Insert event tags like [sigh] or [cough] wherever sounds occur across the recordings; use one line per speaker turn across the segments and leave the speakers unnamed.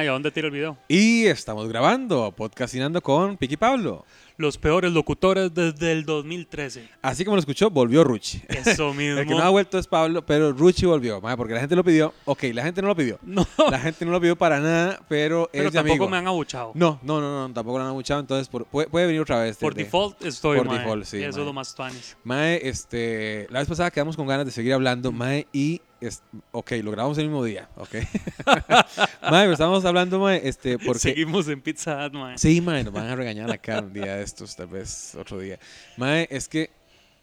¿Y a dónde tiro el video?
Y estamos grabando, podcastinando con Piqui Pablo.
Los peores locutores desde el 2013.
Así como lo escuchó, volvió Ruchi.
Eso mismo.
[laughs] El que no ha vuelto es Pablo, pero Ruchi volvió, mae, porque la gente lo pidió. Ok, la gente no lo pidió.
[laughs] No,
La gente no lo pidió para nada, pero,
pero
es de
tampoco
amigo.
me han abuchado.
No, no, no, no, tampoco lo han muchado, entonces por- puede, puede venir otra vez.
Por
desde-
default estoy,
Por
mae.
default, sí,
Eso
mae.
es lo más tuanis.
Mae, este, la vez pasada quedamos con ganas de seguir hablando, Mae, y, es- ok, lo grabamos el mismo día, ok. [laughs] mae, pero estábamos hablando, Mae, este, porque...
Seguimos en Pizza Hut, mae.
Sí, mae, nos van a regañar acá un día de estos, tal vez otro día. Mae, es que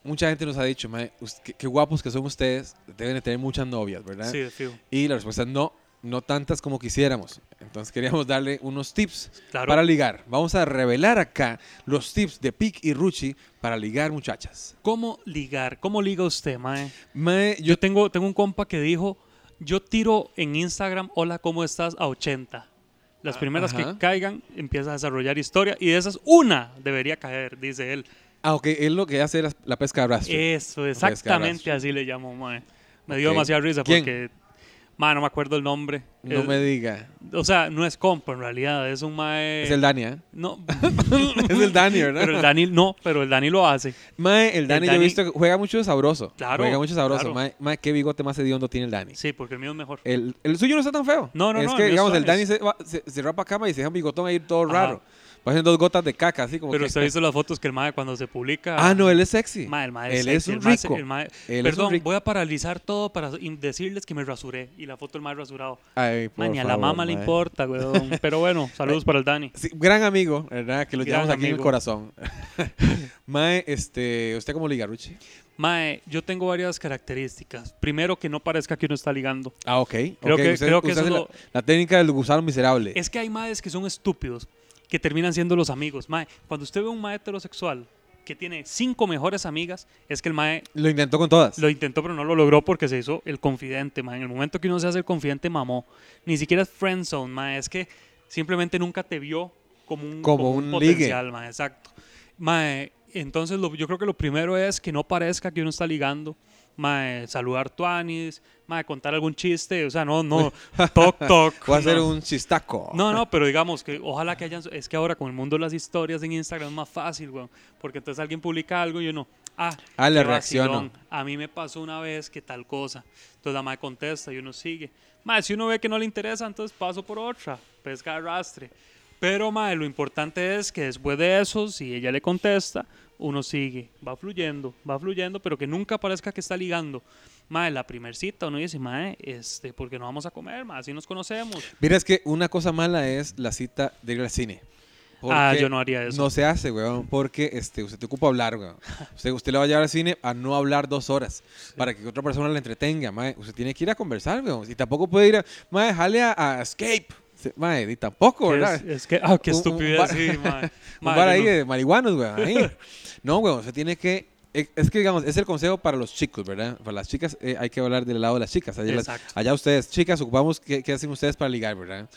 mucha gente nos ha dicho, mae, us- qué, qué guapos que son ustedes, deben de tener muchas novias, ¿verdad?
Sí, de fijo.
Y la respuesta es no, no tantas como quisiéramos. Entonces queríamos darle unos tips
Claro.
para ligar. Vamos a revelar acá los tips de Pic y Ruchi para ligar muchachas.
¿Cómo ligar? ¿Cómo liga usted, mae?
Mae, yo
Yo tengo, tengo un compa que dijo, yo tiro en Instagram, hola, ¿cómo estás? A 80. Las
Ah,
primeras
ajá.
que caigan empiezas a desarrollar historia y de esas una debería caer, dice él.
Ah, ok, él lo que hace es la, la pesca de abrazos.
Eso,
es que
exactamente así le llamó, mae. Me dio
Ok.
demasiada risa
¿Quién?
porque, mae, no me acuerdo el nombre.
no
Es-
me diga.
O sea, no es compa en realidad, es un mae...
Es el Dania.
No.
[laughs] Es el Dani, ¿verdad?
eh. [laughs] Pero el Dani, no, pero el Dani lo hace.
Mae, el Dani, yo
Dani-
he visto que juega mucho de sabroso.
Claro,
Juega mucho de sabroso.
claro.
Mae, mae, qué bigote más hediondo tiene el Dani.
Sí, porque el mío es mejor.
El, el suyo no está tan feo.
No, no,
es
no, el
que,
mío
digamos,
está-
el Dani se, va- se, se rapa cama y se deja un bigotón ahí todo
Ajá.
raro. Parecen dos gotas de caca, así como
pero
que-
usted ha visto las fotos que el mae cuando se publica...
Ah, no, él es sexy.
Mae, el mae
él
sexy,
es un
el mae se-
rico.
el mae-
Él es un
Perdón,
rico.
voy a paralizar todo para in- decirles que me rasuré. Y la foto del mae rasurado.
Ay, por
Man, ni a la
favor,
mamá le
mae.
importa, weón. Pero
[laughs]
bueno, saludos para el Dani.
Sí, gran amigo, ¿verdad? Que lo
Gran
llevamos aquí en el
amigo.
corazón. [laughs] mae, este, ¿usted cómo liga, Ruchi?
Mae, yo tengo varias características. Primero, que no parezca que uno está ligando.
Ah, ok. ok,
que- creo que eso
hace la,
lo-
la técnica del gusano miserable.
Es que hay maes que son estúpidos, que terminan siendo los amigos. Mae, cuando usted ve a un mae heterosexual que tiene cinco mejores amigas, es que el mae
Lo intentó con todas.
lo intentó pero no lo logró porque se hizo el confidente, mae. En el momento que uno se hace el confidente, mamó. Ni siquiera es friendzone, mae. Es que simplemente nunca te vio como un,
Como un ligue.
potencial, mae. Exacto. Mae, entonces lo- yo creo que lo primero es que no parezca que uno está ligando. Mae, saludar tuanis, mae, contar algún chiste, o sea, no,
[laughs]
no, toc, toc.
Voy a hacer
no.
un chistaco.
No, no, pero digamos que ojalá que
Ah.
hayan. Es que ahora con el mundo de las historias en Instagram es más fácil, weón. Porque entonces alguien publica algo y uno. Ah,
Ah, le
qué vacilón,
reacciono.
A mí me pasó una vez que tal cosa. Entonces la madre contesta y uno sigue. Más si uno ve que no le interesa, entonces paso por otra. Pesca arrastre. Pero, madre, lo importante es que después de eso, si ella le contesta, uno sigue. Va fluyendo, va fluyendo, pero que nunca parezca que está ligando. Madre, la primer cita uno dice, madre, este, porque no vamos a comer, madre, así nos conocemos.
Mira, es que una cosa mala es la cita de ir al cine.
Ah,
Porque
yo no haría eso.
No se hace, weón, porque este, usted te ocupa hablar, weón. Usted, usted le va a llevar al cine a no hablar dos horas para que otra persona le entretenga, mae. Usted tiene que ir a conversar, weón. Y tampoco puede ir a, mae, jale a, a Escape. Se- Mae, y tampoco,
Que
¿verdad?
Es, es que, ah, qué
Un- un
estupidez,
bar-
sí, mae.
[laughs] Un
Mae,
bar
yo
ahí
no-
de marihuanos, weón.
[laughs]
ahí. No, weón, se tiene que... eh, Es que, digamos, es el consejo para los chicos, ¿verdad? Para las chicas eh, hay que hablar del lado de las chicas. Allá, las-
Exacto.
allá ustedes, chicas, ocupamos qué, qué hacen ustedes para ligar, ¿verdad?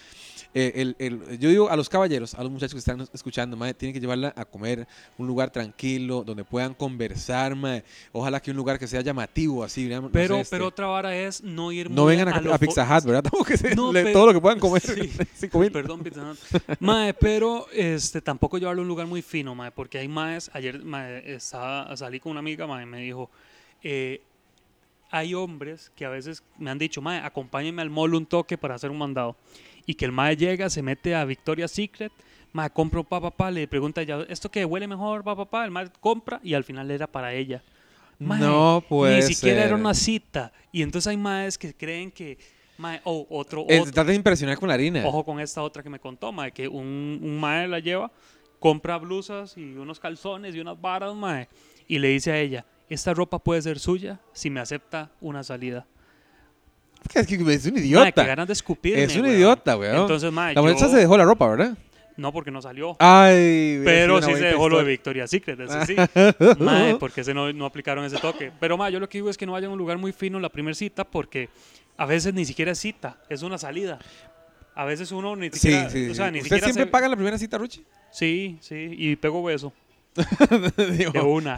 Eh, el- el- yo digo a los caballeros, a los muchachos que están escuchando, mae, tienen que llevarla a comer un lugar tranquilo, donde puedan conversar, mae. Ojalá que un lugar que sea llamativo, así, ¿verdad? No
Pero,
sé, este,
pero otra vara es no ir
no
muy
vengan a,
lo
a Pizza
fo-
Hut, ¿verdad? [laughs] Tampoco que se-
No,
le-
pero-
todo lo que puedan comer. [laughs]
sí.
cinco mil.
Perdón, Pizza Hut.
[laughs]
Mae, pero este, tampoco llevarlo a un lugar muy fino, mae, porque hay maes. Ayer mae, estaba, salí con una amiga, mae, y me dijo: eh, Hay hombres que a veces me han dicho, mae, acompáñenme al mall un toque para hacer un mandado. Y que el mae llega, se mete a Victoria's Secret, mae, compra un pa, pa, pa, le pregunta ya, ¿esto qué huele mejor, pa, pa, pa? El mae compra y al final era para ella. Mae,
No puede
Ni siquiera era
ser.
una cita. Y entonces hay maes que creen que, mae, oh, otro,
Eh,
otro.
trata de impresionar con la harina.
Ojo con esta otra que me contó, mae, que un, un mae la lleva, compra blusas y unos calzones y unas varas, mae, y le dice a ella, esta ropa puede ser suya si me acepta una salida.
Es que es un
Mae,
idiota.
que ganas de escupirme,
Es un
weón.
idiota, weón.
Entonces, mae,
la muchacha
yo-
se dejó Ah, la ropa, ¿verdad?
no porque no salió,
Ay,
pero sí se dejó lo de Victoria's Secret, eso sí.
[laughs]
Mae, porque ese no, no aplicaron ese toque. Pero mae, yo lo que digo es que no vayan a un lugar muy fino la primera cita porque a veces ni siquiera es cita, es una salida. A veces uno ni
Sí,
siquiera,
sí,
o sea,
sí.
ni
¿Usted
siquiera
siempre
se-
paga la primera cita, Ruchi? [laughs]
Sí, sí, y pego beso.
Digo, Oh. [laughs]
De una.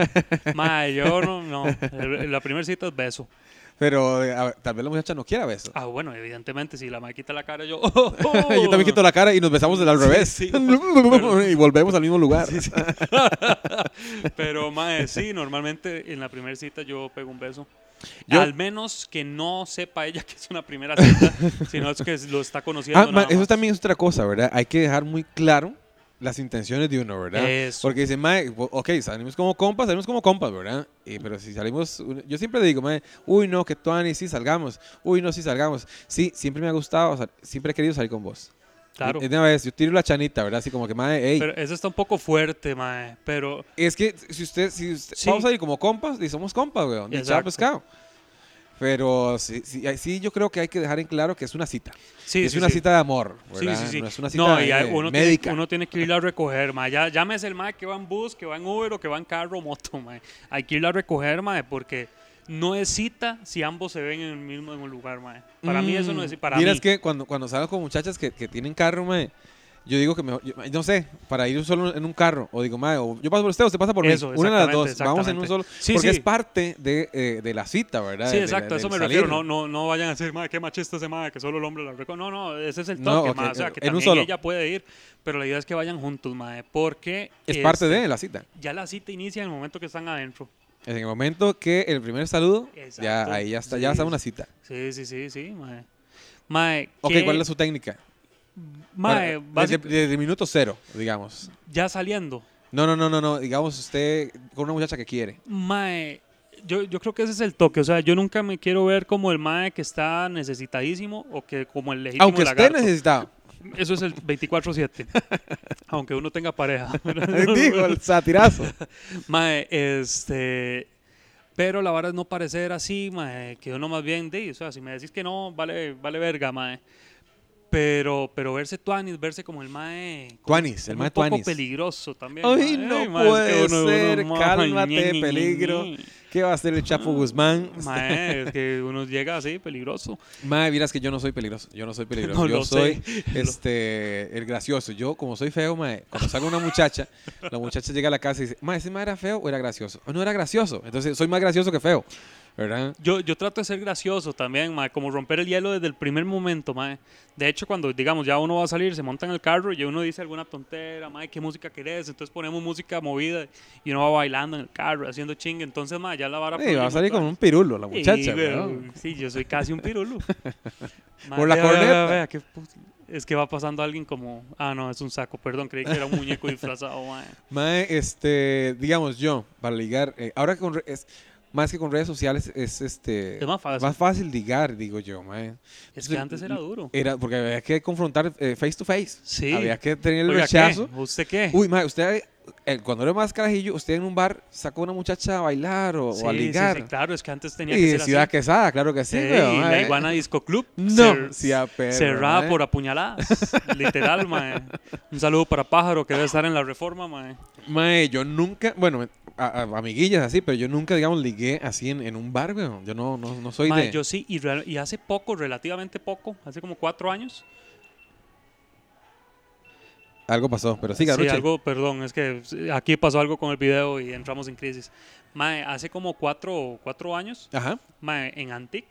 Mae, yo no, no. El- La primera cita es beso.
Pero eh, a ver, tal vez la muchacha no quiera pues. [laughs] besos.
Ah, bueno, evidentemente, si la madre quita la cara, yo.
[laughs] Yo
[laughs]
también quito la cara y nos besamos del al revés.
Oh. sí,
[laughs] y volvemos al mismo lugar.
Pero, mae, sí, normalmente en la primera cita yo pego un beso.
Yo-
Al menos que no sepa ella que es una primera cita,
[laughs]
sino es que lo está conociendo.
Ah, ma,
nada
eso
más.
también es otra cosa, ¿verdad? Hay que dejar muy claro las intenciones de uno, ¿verdad?
Eso.
Porque dice, mae, bo- ok, salimos como compas, salimos como compas, ¿verdad? Eh, pero si salimos, un- yo siempre digo, mae, uy, no, que tuani, sí, salgamos. Uy, no, sí, salgamos. Sí, siempre me ha gustado, sal- siempre he querido salir con vos.
Claro.
Es de una vez, yo tiro la chanita, ¿verdad? Así como que, mae, ey.
Pero eso está un poco fuerte, mae. Pero
Es que si usted, si usted-
Sí.
vamos a ir como compas, y somos compas, weón, y chao
Exacto.
pescado. Pero sí, sí, ahí sí, yo creo que hay que dejar en claro que es una cita.
sí,
es
sí,
una
sí.
cita de amor,
Sí,
¿verdad?
sí, sí.
No es una cita
No, y
eh,
hay- uno,
médica.
Tiene, uno tiene que irla a recoger, ma. Ya, llámese el ma que va en bus, que va en Uber o que va en carro [laughs] o moto, ma. Hay que irla a recoger, ma, porque no es cita si ambos se ven en el mismo en un lugar, ma. Para mí eso no es para
Mira,
mí.
es que cuando, cuando salgo con muchachas que, que tienen carro, mae, yo digo que mejor, yo- no sé, para ir solo en un carro, o digo, mae, o yo paso por usted, o usted pasa por
Eso,
mí. Una de las dos,
exactamente,
vamos en un solo.
Sí,
porque
sí.
es parte de, eh, de la cita, ¿verdad?
Sí,
De- de-
exacto, a eso
del
me
salir.
refiero. No, no, no vayan a decir, ma, qué machista ese ma, que solo el hombre la recoge. No, no, ese es el
No,
toque,
ok,
ma. O sea, que
en
también
un solo.
ella puede ir, pero la idea es que vayan juntos, ma, porque...
Es parte
este,
de la cita.
Ya la cita inicia en el momento que están adentro.
En el momento que el primer saludo, ya
Exacto,
ahí ya está, ya
sí,
está
sí.
una cita.
Sí, sí, sí, sí, mae. Mae,
Ok,
¿qué-
¿cuál es su técnica?
Mae,
Para- desde,
básic-
desde el minuto cero, digamos.
ya saliendo.
No, no, no, no, no. Digamos usted con una muchacha que quiere.
Mae, yo, yo creo que ese es el toque. O sea, yo nunca me quiero ver como el mae que está necesitadísimo o que como el legítimo
Aunque esté
lagarto.
necesitado.
[laughs] Eso es el 24-7. Aunque uno tenga pareja.
[laughs] [laughs] Digo, el satirazo.
[laughs] mae, este... Pero la vara es no parecer así, mae, que uno más bien di, o sea, si me decís que no, vale, vale verga, mae. Pero, pero verse tuanis, verse como el mae
Tuanis, el
Es
mae
un poco
Tuanis.
peligroso también.
Ay,
mae.
no
Ay, mae, es que
puede
uno- uno-
ser.
uno-
Cálmate,
ñe, ñe, ñe,
peligro.
ñe.
¿Qué va a hacer el Chapo Guzmán?
Mae, es que uno llega así, peligroso.
Mae, miras que yo no soy peligroso. Yo no soy peligroso.
No
yo
lo
soy
sé. [laughs]
este el gracioso. Yo, como soy feo, mae, cuando salgo una muchacha, la muchacha llega a la casa y dice, mae, ¿ese mae era feo o era gracioso? "Ah, no era gracioso. Entonces, soy más gracioso que feo. ¿Verdad?
Yo, yo trato de ser gracioso también, mae, como romper el hielo desde el primer momento, mae. De hecho, cuando, digamos, ya uno va a salir, se monta en el carro y uno dice alguna tontera, mae, ¿qué música querés? Entonces ponemos música movida y uno va bailando en el carro, haciendo chingue. Entonces, mae, ya la vara...
Sí, va a salir con un pirulo la muchacha.
Sí,
¿verdad?
güey, sí, yo soy casi un pirulo. Mae,
[laughs] Por la
vea, vea,
corneta.
vea, vea, qué put- Es que va pasando alguien como, ah, no, es un saco, perdón, creí que era un muñeco disfrazado,
[laughs]
mae.
Mae, este, digamos yo, para ligar, eh, ahora con re- es, más que con redes sociales es este
Es más fácil.
más fácil ligar, digo yo, mae.
Es que antes
[laughs]
era duro.
Era porque había que confrontar eh, face to face.
Sí.
Había que tener el
Oiga, ¿qué?
rechazo.
¿Usted qué?
Uy, mae, usted eh, cuando era más carajillo, usted en un bar sacó a una muchacha a bailar o, o
Sí,
a
sí,
ligar.
sí, claro, es que antes tenía
Y
que
de
ser
Ciudad
así.
Quesada, claro que sí,
Sí,
weón,
la
mae.
Iguana Disco Club.
No,
cer-
sí, a perro,
cerrada
mae.
por
[laughs]
apuñaladas. literal, mae. Un saludo para Pájaro, que debe estar en la reforma, mae.
Mae, yo nunca, bueno, a- a- amiguillas así, pero yo nunca, digamos, ligué así en, en un bar, weón. Yo no, no, no soy
Mae,
de...
yo sí, y, real- y hace poco, relativamente poco, hace como cuatro años.
Algo pasó, pero sí,
sí,
Garuche.
algo, perdón, es que aquí pasó algo con el video y entramos en crisis. Mae, hace como cuatro, cuatro años,
Ajá.
mae, en Antic,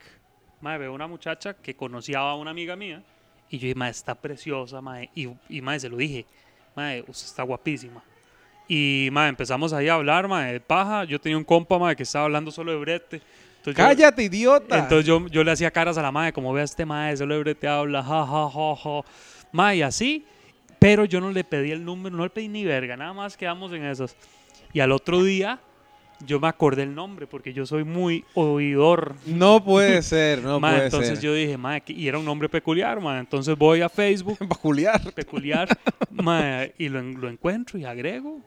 mae, veo una muchacha que conocía a una amiga mía y yo dije, mae, está preciosa, mae, y, y mae, se lo dije, mae, usted está guapísima. Y mae, empezamos ahí a hablar, mae, de paja, yo tenía un compa, mae, que estaba hablando solo de brete. Entonces yo-
¡Cállate, idiota!
entonces yo, yo le hacía caras a la madre, como ve a este madre, solo de brete habla, ja, ja, ja, ja. Mae, y así, pero yo no le pedí el número, no le pedí ni verga, nada más quedamos en esas. Y al otro día, yo me acordé el nombre, porque yo soy muy oidor.
No puede ser, no
Mae,
puede
entonces
ser.
yo dije, madre, y era un nombre peculiar, madre. Entonces voy a Facebook,
[laughs] Peculiar. [laughs]
peculiar, mae, y lo, en- lo encuentro y agrego.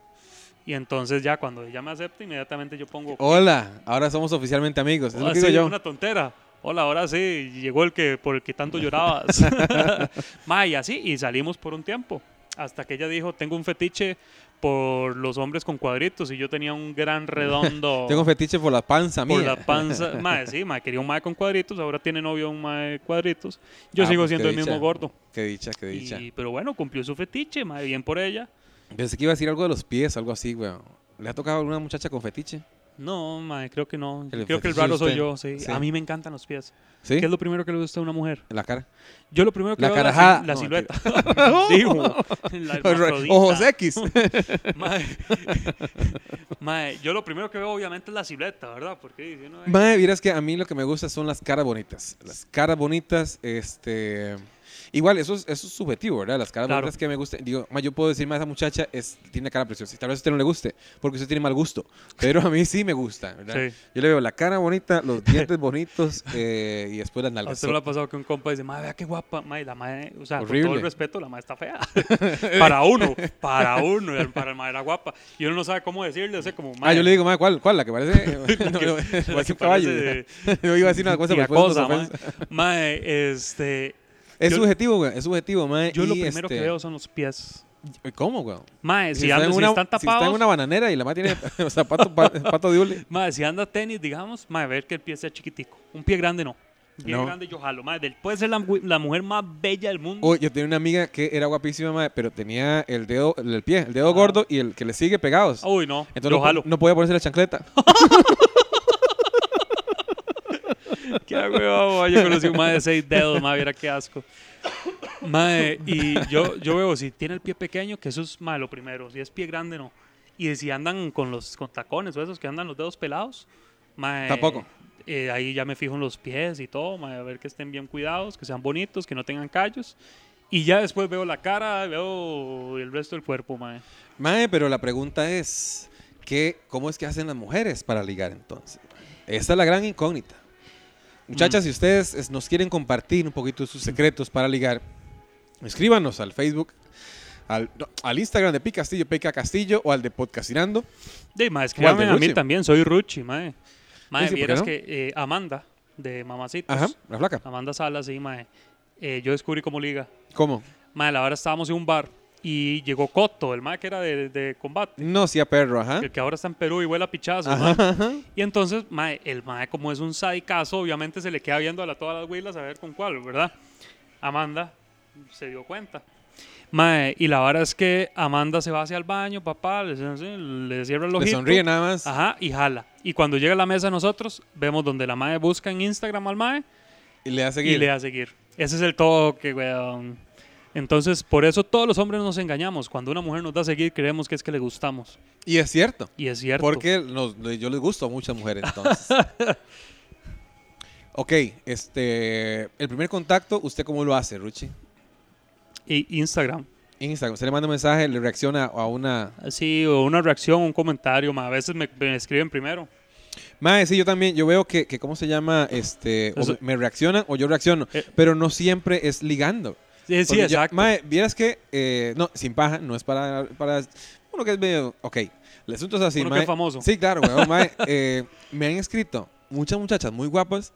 Y entonces ya cuando ella me acepta, inmediatamente yo pongo
Hola, ahora somos oficialmente amigos. Oh, Es lo que
Así,
digo yo.
una tontera. Hola, ahora sí, llegó el que por el que tanto [laughs]
[laughs]
llorabas. Ma, y así, y salimos por un tiempo. Hasta que ella dijo, tengo un fetiche por los hombres con cuadritos. Y yo tenía un gran redondo
[laughs] Tengo fetiche por la panza
por
mía.
la
[laughs]
panza. Ma, sí, ma, quería un mae con cuadritos. Ahora tiene novio un mae de cuadritos. Yo
Ah,
sigo
pues,
siendo
qué
el mismo
dicha.
gordo.
Qué dicha, qué dicha.
Y- pero bueno, cumplió su fetiche, ma, bien por ella.
Pensé que iba a decir algo de los pies, algo así, weón. ¿Le ha tocado a alguna muchacha con fetiche?
No, mae, creo que no.
El
creo que el
fetiche
raro
es
soy
usted.
yo, sí.
Sí.
A mí me encantan los pies.
¿Sí?
¿Qué es lo primero que le gusta a una mujer?
En la cara.
Yo lo primero que
La
veo es
carajada.
la,
No,
si- la
[laughs]
silueta.
Digo.
[laughs] La hermafrodita.
Ojos X.
Mae. [laughs] Mae, yo lo primero que veo obviamente es la silueta, ¿verdad? Porque dice, no, eh.
Mae, vieras que a mí lo que me gusta son las caras bonitas. Las caras bonitas, este. Igual, eso es, eso es subjetivo, ¿verdad? Las caras
Claro.
bonitas que me gustan. Digo, ma, yo puedo decir, ma, esa muchacha es, tiene una cara preciosa. Y tal vez a usted no le guste, porque usted tiene mal gusto. Pero a mí sí me gusta, ¿verdad?
Sí.
Yo le veo la cara bonita, los dientes bonitos [laughs] eh, y después las
A
nalgas.
usted no le ha pasado que un compa dice, mae, vea qué guapa, mae, la mae, o sea, con todo
Horrible.
el respeto, la mae está
[laughs]
fea. para uno, para uno, y para la mae era guapa. Y uno no sabe cómo decirle, o sea, como,
Ah,
mae, [laughs]
yo le digo, ma, ¿cuál? ¿Cuál? ¿La que parece? [laughs] No,
que-
yo-
la que
parece un [laughs] caballo.
parece
Yo iba a decir una cosa,
tía
pero después
cosa,
nos
mae.
ofensa.
Mae, este,
Es
Yo-
subjetivo, güey. Es subjetivo, mae.
yo lo
y,
primero que
este,
veo son los pies.
¿Cómo, güey?
Mae, si,
está
andan-
en
si
una-
están
Si está en
tapados,
una bananera y la madre tiene [laughs] zapato, pa- zapato de hule.
Mae, si anda tenis, digamos, mae, ver que el pie sea chiquitico. Un pie grande no. Un pie
No.
grande yo jalo. Mae, del- puede ser la, mu- la mujer más bella del mundo.
Uy, yo tenía una amiga que era guapísima, madre, pero tenía el dedo, el pie, el dedo gordo y el que le sigue pegados.
Uy, no. yo
Entonces no,
Ah. Oh, jalo.
po- no podía ponerse la chancleta. [laughs]
Qué huevo, mae, Yo conocí un mae de seis dedos, mae, viera qué asco. Mae, y yo, yo veo si tiene el pie pequeño, que eso es mae, lo primero. Si es pie grande, no. Y si andan con los con tacones o esos que andan los dedos pelados, mae.
Tampoco.
eh, ahí ya me fijo en los pies y todo, mae, a ver que estén bien cuidados, que sean bonitos, que no tengan callos. Y ya después veo la cara, veo el resto del cuerpo, mae.
Madre, pero la pregunta es, ¿qué, ¿cómo es que hacen las mujeres para ligar entonces? Esa es la gran incógnita. Muchachas,
Mm.
si ustedes es- nos quieren compartir un poquito sus secretos para ligar, escríbanos al Facebook, al, no, al Instagram de Pi Castillo, PK Castillo o al de Podcastinando.
De, mae, escríbame a mí
Ruchi.
también, soy Ruchi, mae. Mae,
Sí, sí, ¿por qué
vieras
no?
que eh, Amanda, de Mamacitos,
Ajá, la flaca.
Amanda Salas, sí, mae. Eh, yo descubrí cómo liga.
¿Cómo?
Mae, la hora estábamos en un bar y llegó Coto, el mae que era de, de combate,
No, sí, a perro, ajá.
el que ahora está en Perú y huele a pichazo, mae.
Ajá, ajá.
Y entonces, mae, el mae, como es un sadicazo, obviamente se le queda viendo a la- todas las huilas a ver con cuál, ¿verdad? Amanda se dio cuenta. Mae, y la vara es que Amanda se va hacia el baño, papá, le, le cierra el
Le
ojito.
sonríe nada más.
Ajá, y jala. Y cuando llega a la mesa nosotros, vemos donde la mae busca en Instagram al mae
Y le da
y
seguir.
le da seguir. Ese es el toque, weón. Entonces, por eso todos los hombres nos engañamos. Cuando una mujer nos da seguir, creemos que es que le gustamos.
Y es cierto.
Y es cierto.
Porque nos- le- yo les gusto a muchas mujeres, entonces.
[laughs]
ok, este. El primer contacto, ¿usted cómo lo hace, Ruchi?
Y Instagram.
Instagram. Usted le manda un mensaje, le reacciona a una.
Así, o una reacción, un comentario. ma, A veces me, me escriben primero.
Mae, sí, yo también. Yo veo que, que ¿cómo se llama? Este. o
Eso-
me reaccionan o yo reacciono.
Eh.
Pero no siempre es ligando.
Sí, sí,
Porque yo-
exacto.
mae, vieras que. eh, no, sin paja, no es para, para. Uno que es medio. Ok. El asunto es así,
Uno que
mae.
es famoso.
Sí, claro,
[laughs]
weón, mae. Eh, me han escrito muchas muchachas muy guapas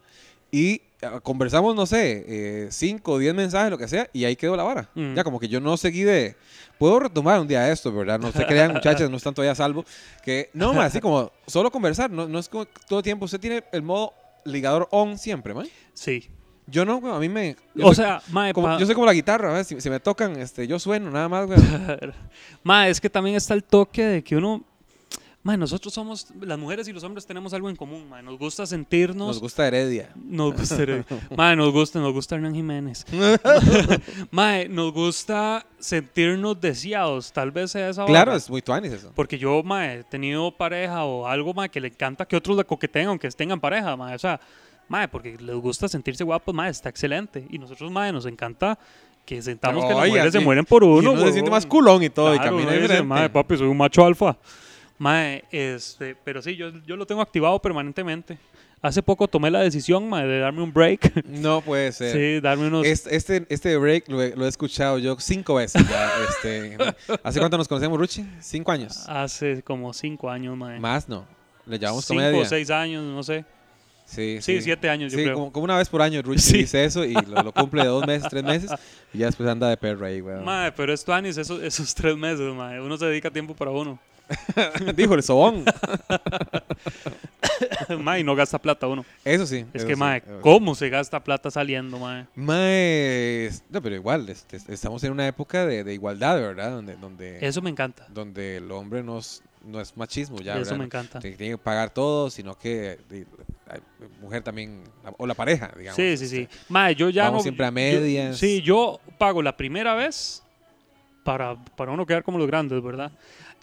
y ah, conversamos, no sé, eh, cinco o diez mensajes, lo que sea, y ahí quedó la vara.
Mm.
Ya como que yo no seguí de... Puedo retomar un día esto, ¿verdad? No se crean, muchachas, no están todavía a salvo. Que no, mae, así como solo conversar, no, no es como todo el tiempo. Usted tiene el modo ligador on siempre, mae.
Sí.
Yo no, weón, a mí me... yo
O
soy
sea, mae,
como-
pa- [laughs]
yo soy como la guitarra, ¿ves? Si, si me tocan, este, yo sueno, nada más, güey.
Mae, es que también está el toque de que uno. Mae, nosotros somos. Las mujeres y los hombres tenemos algo en común, mae. Nos gusta sentirnos.
Nos gusta Heredia. [laughs]
Nos gusta, Heredia. Mae, nos gusta, nos gusta Hernán Jiménez. Mae, nos gusta sentirnos deseados, tal vez sea esa
Claro,
vara.
es muy tuanis eso.
Porque yo, mae, he tenido pareja o algo, mae, que le encanta que otros la coqueteen aunque tengan pareja, mae. O sea, mae, porque les gusta sentirse guapos, mae, está excelente. Y nosotros, mae, nos encanta que sentamos que las
Ay,
mujeres se
así.
mueren por
Y
uno.
uno se siente
huevón.
más culón y todo, y
Claro,
camina
uno dice,
diferente.
Mae, papi, soy un macho alfa. Mae, este, pero sí, yo, yo lo tengo activado permanentemente. Hace poco tomé la decisión, mae, de darme un break. [laughs]
No puede
Sí,
ser.
darme unos...
Es- Este, este break lo he, lo he escuchado yo cinco veces. ya, [laughs] este, ¿Hace cuánto nos conocemos, Ruchi? Cinco años.
Hace como cinco años, mae.
Más no. Le llevamos
cinco
comedia.
o seis años, no sé.
Sí,
Sí, siete años, yo
Sí,
creo.
como, como una vez por año Ruchi
Sí.
dice eso y lo, lo cumple de dos meses, tres meses y ya después anda de perro ahí, weón.
Mae, pero esto, Anis, esos, esos tres meses, mae. Uno se dedica tiempo para uno.
[laughs]
[laughs]
Dijo el sobón.
mae, y no gasta plata uno.
Eso sí.
Es
eso
que,
sí,
mae,
eso sí.
¿cómo se gasta plata saliendo, mae?
Mae, no, pero igual, este, estamos en una época de, de igualdad, ¿verdad? Donde, donde,
Eso me encanta.
donde el hombre nos, no es machismo ya.
Eso
¿verdad?
me
No
encanta.
te tiene que pagar todo, sino que eh, la mujer también, o la pareja, digamos.
Sí, sí,
este.
sí. Mae, yo ya
Vamos
no-
siempre a
yo-
medias.
sí, yo pago la primera vez para, para uno quedar como los grandes, ¿verdad?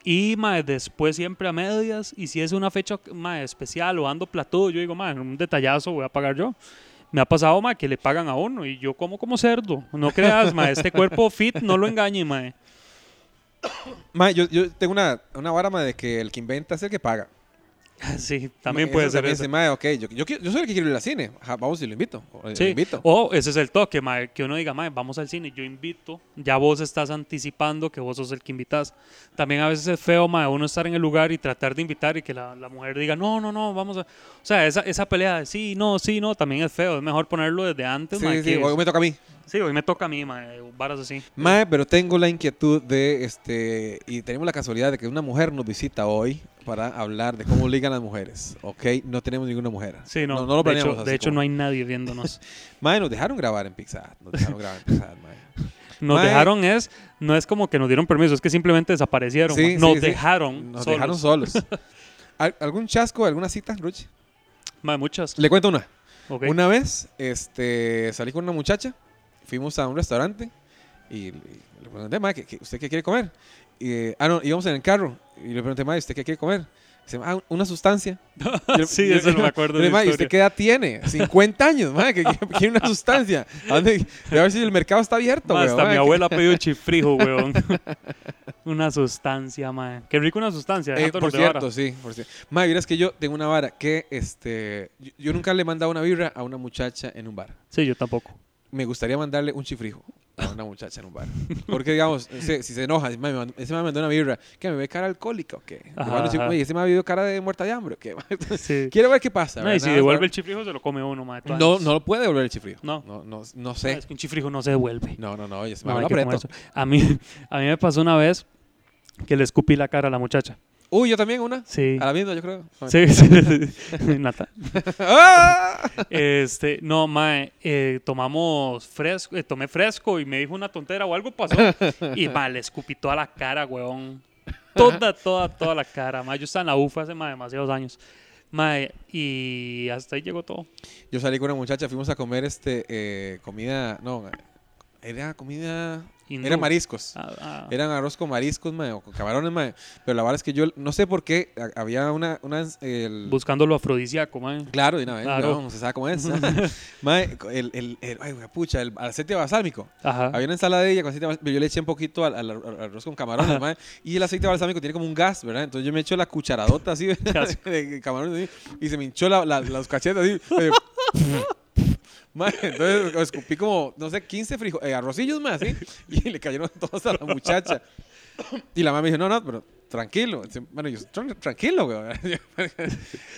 Y mae, después siempre a medias. Y si es una fecha mae, especial o ando platudo, yo digo, mae, un detallazo voy a pagar yo. Me ha pasado, mae, que le pagan a uno y yo como como cerdo. No creas, mae, este cuerpo fit no lo engañe,
[laughs]
mae.
Ma, yo, yo tengo una, una vara ma, de que el que inventa es el que paga.
Sí, también
Ma,
puede
eso
ser
también
eso.
dice, ma, ok, yo, yo, quiero- yo soy el que quiero ir al cine. Ajá, vamos y lo invito. o lo
Sí. Oh,
invito.
O ese es el toque, mae, que uno diga, mae, vamos al cine, yo invito, ya vos estás anticipando que vos sos el que invitas. También a veces es feo, mae, uno estar en el lugar y tratar de invitar y que la, la mujer diga, no, no, no, vamos a... O sea, esa, esa pelea de sí, no, sí, no, también es feo, es mejor ponerlo desde antes,
sí,
mae,
sí,
que-
hoy me toca a mí.
sí, hoy me toca a mí, mae, varas así.
Mae, pero tengo la inquietud de, este, y tenemos la casualidad de que una mujer nos visita hoy para hablar de cómo ligan las mujeres, ¿ok? No tenemos ninguna mujer.
Sí, no,
lo
de
planeamos
hecho,
así
de hecho
como-
no hay nadie
[laughs]
viéndonos.
Mae, nos dejaron grabar en Pizza Hut, nos dejaron grabar en Pizza Hut, mae.
Nos
Mae.
dejaron es, no es como que nos dieron permiso, es que simplemente desaparecieron,
Sí,
mae.
sí,
nos
sí.
dejaron
Nos
solos. [laughs]
dejaron solos. Al- ¿Algún chasco, alguna cita, Ruchi?
Mae, muchas.
Le cuento una.
Ok.
Una vez este, salí con una muchacha, fuimos a un restaurante y le le pregunté, "Mae, ¿qué- qué- ¿usted qué quiere comer? Y, eh, ah, no, íbamos en el carro y le pregunté, "Mae, ¿usted qué quiere comer? Dice, ah, una sustancia. Yo le-
[laughs] sí,
yo-
eso no me
yo
acuerdo.
le
de
dije,
esa
"Mae, ¿y
historia.
usted qué edad
[laughs]
tiene? 50 años, mae, que que- que quiere una sustancia. ¿A dónde- A ver si el mercado está abierto,
Ma,
weón,
hasta
mae,
mi
que-
abuela ha pedido
[laughs]
chifrijo, weón. una sustancia, mae. Qué rico una sustancia.
Eh,
dejándonos
por
de vara.
cierto, sí, por cierto. Mae, vieras que yo tengo una vara que este, yo, yo nunca le he mandado una vibra a una muchacha en un bar.
Sí, yo
[laughs]
tampoco.
me gustaría mandarle un chifrijo a una muchacha en un bar. Porque, digamos, se- si se enoja, dice, "Mae, me mandó- ese me mandó una vibra, que me ve cara alcohólica o qué. Le
Ajá,
mando un chifrijo,
ajá.
"Oye, ese me ha habido cara de muerta de hambre o qué. [laughs]
Sí.
Quiero ver qué pasa.
No,
¿verdad?
y si
Nada más
devuelve
para-
el chifrijo, se lo come uno, mae. todas.
No, no lo puede devolver el chifrijo.
No.
No, no, no
Ah,
sé.
Es que un chifrijo no se devuelve.
No, no, no, oye, se me
No,
va
hay
la
que
preto.
comerse. a, mí, [laughs] a mí me pasó una vez que le escupí la cara a la muchacha.
Uy, yo también una.
Sí.
A la misma, yo creo. A ver.
Sí, sí, sí, sí. [laughs] Nata.
[laughs] ¡Ah!
Este, no, mae, eh, tomamos fresco, eh, tomé fresco y me dijo una tontera o algo pasó. y mae, le escupí toda la cara, weón. Toda, toda, toda la cara. Mae, yo estaba en la UFA hace mae, demasiados años. Mae, y hasta ahí llegó todo.
Yo salí con una muchacha, fuimos a comer este eh, comida. No, era comida.
Hindú.
Eran mariscos.
Ah, ah.
Eran arroz con mariscos, mae, o con camarones, mae. Pero la verdad es que yo no sé por qué a- había una... una ens- el-
Buscando lo afrodisíaco, mae.
Claro, de una vez,
Claro.
weón, se sabe
[laughs]
cómo es. mae, co- el, el, el- ay, wea, pucha, el aceite balsámico.
Ajá.
Había una ensaladilla con aceite balsámico, pero yo le eché un poquito al, al- al arroz con camarones,
Ajá.
mae, Y el aceite balsámico tiene como un gas, ¿verdad? Entonces yo me echo la cucharadota así [laughs] de,
Qué asco.
de camarones así, y se me hinchó la, la- los cachetes así. eh, [laughs] mae, entonces escupí como, no sé, 15 frijo- eh, arrocillos más, ¿sí? Y le cayeron [laughs] todos a la muchacha. Y la mamá me dijo, no, no, pero tranquilo. Bueno, yo, "Tran- tranquilo, weón. [laughs]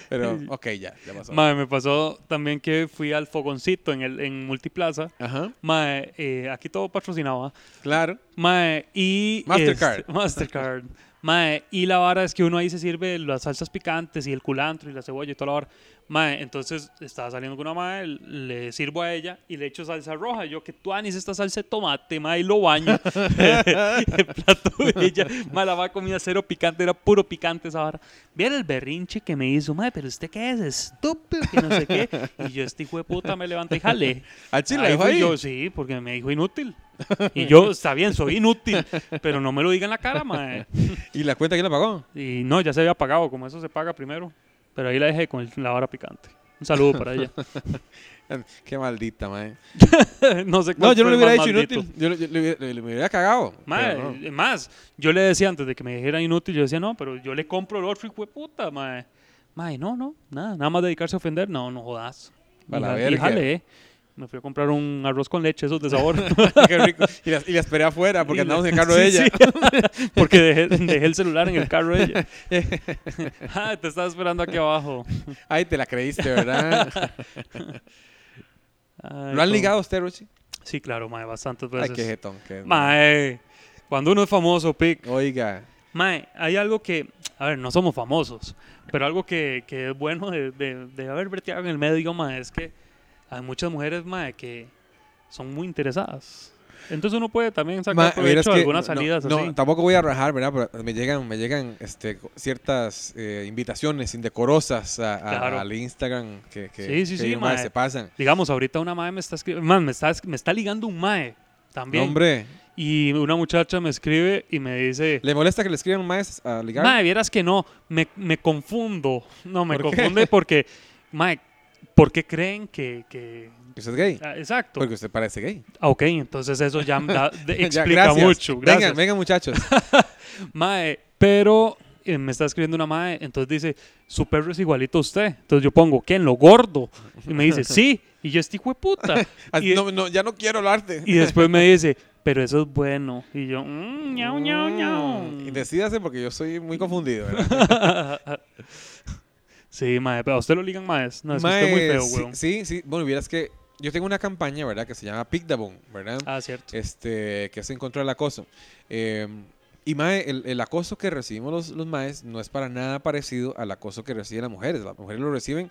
Pero, ok, ya, ya pasó.
Mae, me pasó también que fui al fogoncito en, el, en Multiplaza.
Ajá,
Mae, eh, aquí todo patrocinado, ¿ah?
claro.
Mae, y.
Mastercard.
este, [laughs] Mastercard. Mae, y la vara es que uno ahí se sirve las salsas picantes y el culantro y la cebolla y toda la vara. Mae, entonces estaba saliendo con una mae, le sirvo a ella y le echo salsa roja. Yo, que tú anis esta salsa de tomate, mae, y lo baño. [laughs] el plato de ella, mae, la mae comía cero picante, era puro picante esa vara. Viera el berrinche que me hizo, mae, pero usted qué es, estúpido, que no sé qué. Y yo, este hijo de puta, me levanté y jalé.
Al chile,
Ahí
dejó
fui
ahí.
yo, sí, porque me dijo inútil. Y
[laughs]
yo, está bien, soy inútil, pero no me lo diga en la cara, mae.
¿Y la cuenta quién la pagó?
Y no, ya se había pagado, como eso se paga primero. Pero ahí la dejé con el- la vara picante. Un saludo para
[laughs]
ella. [laughs]
Qué maldita, mae.
no sé
No,
cuál
yo no
fue el
le hubiera
más
hecho
maldito.
inútil. Yo, le- yo le hubiera- le- le- me hubiera cagado.
Mae,
pero no.
es más, yo le decía antes de que me dijera inútil, yo decía, no, pero yo le compro el otro hijo de puta, mae. Mae, no, no, nada, nada más dedicarse a ofender, no, no jodas.
Pa' la
Y- y
verga.
jalé, eh. Me fui a comprar un arroz con leche, esos de sabor.
Qué rico. Y la, y la esperé afuera porque
Y
andamos
le-
en el
[laughs]
carro
sí,
de ella. [laughs]
sí. porque dejé, dejé el celular en el carro de ella. ah, te estaba esperando aquí abajo.
Ay, te la
[laughs]
creíste, ¿verdad?
Ay,
¿Lo han
cómo-
ligado a usted, Ruchi?
Sí, claro, mae, bastantes
Ay,
veces.
qué jetón. qué-
Mae, cuando uno es famoso, pic.
Oiga.
Mae, hay algo que, a ver, no somos famosos, pero algo que, que es bueno de, de- de haber breteado en el medio, mae, es que hay muchas mujeres, mae, que son muy interesadas. Entonces uno puede también sacar
Ma,
provecho
vieras
de
que
algunas
no,
salidas
no,
así.
tampoco voy a rajar, ¿verdad? Pero me llegan, me llegan este, ciertas eh, invitaciones indecorosas a- a-
Claro.
al Instagram que, que,
Sí, sí,
que
sí,
yo, mae,
mae.
se pasan.
Digamos, ahorita una mae me está escribiendo, man, me está, me está ligando un mae
No,
también.
hombre,
Y una muchacha me escribe y me dice,
¿le molesta que le escriban más a ligar?
mae, vieras que no, me, me confundo. No, me
¿Por qué?
confunde porque, mae, ¿por qué creen que...? que-
Que usted es gay.
ah, exacto.
Porque usted parece gay.
Ah, ok, entonces eso ya
[laughs]
da- de-
Ya,
explica
gracias.
mucho. Gracias.
Vengan, vengan muchachos.
Mae, pero eh, me está escribiendo una mae, entonces dice, su perro es igualito a usted. Entonces yo pongo, ¿quién? Lo gordo. Y me
[laughs]
dice, sí. Y yo, este hijo de puta.
Ah,
Y-
no, no, ya no quiero hablarte.
Y después me dice, pero eso es bueno. Y yo, "Mm, ñau, ñau, ñau". Mm.
Mm, Y decídase porque yo soy muy confundido. ¿verdad?
Sí, mae, pero a usted lo ligan maes. [laughs] No, es que usted es
Mae,
muy feo,
sí,
weón.
Sí, sí. Bueno, vieras que yo tengo una campaña, ¿verdad? Que se llama Pick the Bone, ¿verdad?
Ah, cierto.
Este, que es en contra del acoso. Eh, y mae, el, el acoso que recibimos los, los maes no es para nada parecido al acoso que reciben las mujeres. Las mujeres lo reciben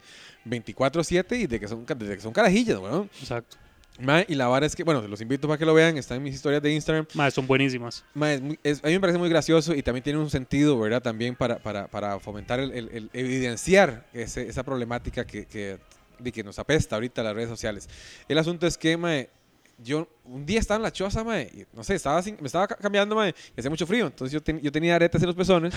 24-7 y de que son, ca- desde que son carajillas, weón.
Exacto.
Mae, y la vara es que, bueno, los invito para que lo vean, están en mis historias de Instagram.
Mae, son buenísimas.
Ma, es muy- es- a mí me parece muy gracioso y también tiene un sentido, ¿verdad? También para, para, para fomentar, el, el- el evidenciar ese- esa problemática que, que, de que nos apesta ahorita las redes sociales. El asunto es que, mae, yo un día estaba en la choza, mae, y no sé, estaba sin- me estaba ca- cambiando, mae, y hacía mucho frío, entonces yo, ten- yo tenía aretes en
[laughs]
los pezones,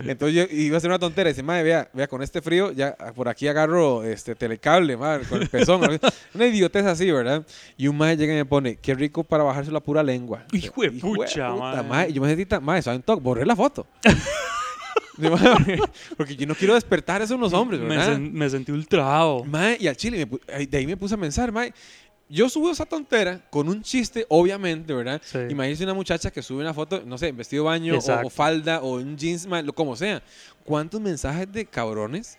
entonces yo iba a hacer una tontera y dice, mae, vea, vea, con este frío, ya ah, por aquí agarro este telecable, mae, con el pezón, ¿no? una idiotez así, [laughs] ¿verdad? Y un mae llega y me pone, qué rico para bajarse la pura lengua.
Hijo de pucha, mae.
puta, mae. Y yo me sentí, tan- mae, ¿saben todo? Borré
[laughs]
la foto. [laughs] Yo, mae, Porque yo no quiero despertar eso en los hombres,
me,
¿verdad?
sen- me sentí ultrado.
Mae, y al chile, me pu- ay, de ahí me puse a pensar, mae. Yo subo esa tontera con un chiste, obviamente, ¿verdad?
Sí.
Imagínense una muchacha que sube una foto, no sé, en vestido de baño o- o,
Exacto.
falda o en jeans, mae, lo como sea. ¿Cuántos mensajes de cabrones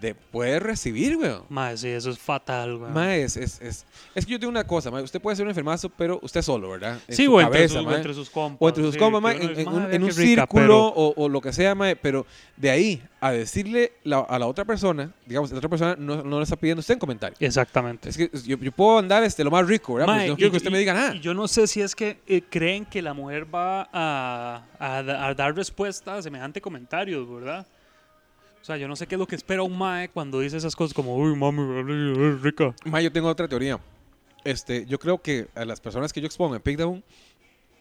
de puede recibir, weón?
Mae, sí, eso es fatal, weón.
Mae, es, es, es, es que yo tengo una cosa, mae. Usted puede ser un enfermazo, pero usted solo, ¿verdad? En
Sí,
su
o entre,
cabeza,
sus,
mae.
entre sus compas.
O entre sus
sí,
compas,
que
mae,
uno
en,
es,
en
"Mae,
un,
vea
en un
qué rica",
círculo
pero-
o, o lo que sea, mae, pero de ahí a decirle la- a la otra persona, digamos, la otra persona no, no le está pidiendo usted en comentario.
Exactamente.
Es que yo, yo puedo andar este, lo más rico, ¿verdad? Pero
Mae,
no quiero
y-
que usted
y-
me diga nada.
y yo no sé si es que eh, creen que la mujer va a, a da- a dar respuesta a semejante comentarios, ¿verdad? O sea, yo no sé qué es lo que espera un mae cuando dice esas cosas como, uy, mami, eh, rica.
Mae, yo tengo otra teoría. Este, yo creo que a las personas que yo expongo en Pickdown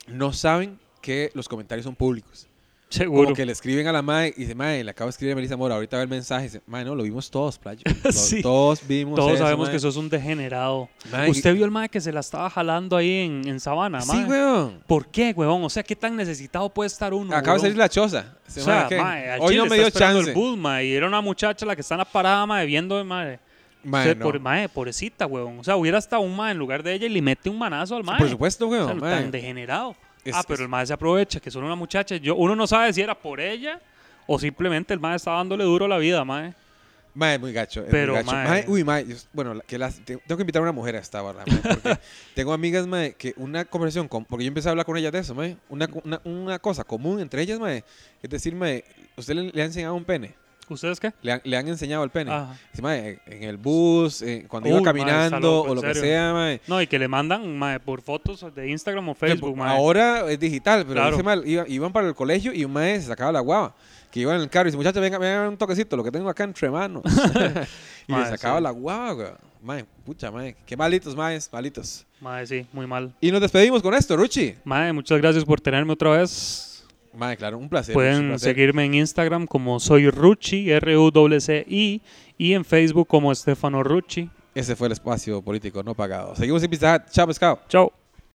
no saben que los comentarios son públicos.
Seguro.
Como que le escriben a la madre y dice, madre, le acabo de escribir a Melissa Mora, ahorita ve el mensaje. Y dice, madre, no, lo vimos todos,
[laughs]
playo. Lo-
Sí.
Todos vimos
Todos
eso,
sabemos
mae".
que sos un degenerado.
Mae,
Usted vio el mae que se la estaba jalando ahí en, en Sabana, mae.
Sí, weón.
¿Por qué, huevón? O sea, ¿qué tan necesitado puede estar uno?
Acaba
huevón?
de salir la choza. Dice,
O
"Mae,
sea,
¿qué?
mae, al
Hoy
chile
no me
está
dio
esperando
chance.
el bus, mae, y era una muchacha la que está en la parada, mae, viendo, mae.
Mae,
Usted,
no.
por, mae, pobrecita, huevón. O sea, hubiera estado un mae en lugar de ella y le mete un manazo al mae.
Por supuesto,
O sea,
weón. mae.
tan degenerado.
Es-
ah, pero
es-
el mae se aprovecha, que son una muchacha. Yo, uno no sabe si era por ella o simplemente el mae estaba dándole duro a la vida, mae.
Mae, muy gacho. es
Pero,
muy gacho.
mae.
Mae, uy, mae, yo- bueno, la- que las, te- tengo que invitar a una mujer a esta barra, mae,
[laughs]
porque tengo amigas, mae, que una conversación, con, porque yo empecé a hablar con ellas de eso, mae, una, co- una, una cosa común entre ellas, mae, es decir, mae, usted le, le ha enseñado un pene,
¿Ustedes qué?
le, han- le han enseñado el pene.
Ajá.
Dice, mae, en el bus, eh, cuando
Ah. Uy,
iba
mae, está
caminando
loco,
o
en
lo que
serio.
sea, mae.
No, y que le mandan, mae, por fotos de Instagram o
Que
Facebook,
po-
mae.
Pues, Ahora es digital, pero
Claro.
ese mae iba- iban para el colegio y un mae se sacaba la guava. Que iban en el carro y dice, muchachos, venga, venga, un toquecito, lo que tengo acá
[laughs]
entre manos. y le
Mae,
sacaba
sí.
la guava, güey. Mae, pucha, mae. Qué malitos, maes, malitos.
Mae, sí, muy mal.
Y nos despedimos con esto, Ruchi.
Mae, muchas gracias por tenerme otra vez.
Mae, claro, un placer. Ruchi, un
Pueden
placer.
seguirme en Instagram como soy Ruchi, R-U-C-I, y en Facebook como Estefano Rucci.
Ese fue el espacio político no pagado. Seguimos en Pizza Hut. Chao, pescado.
Chao.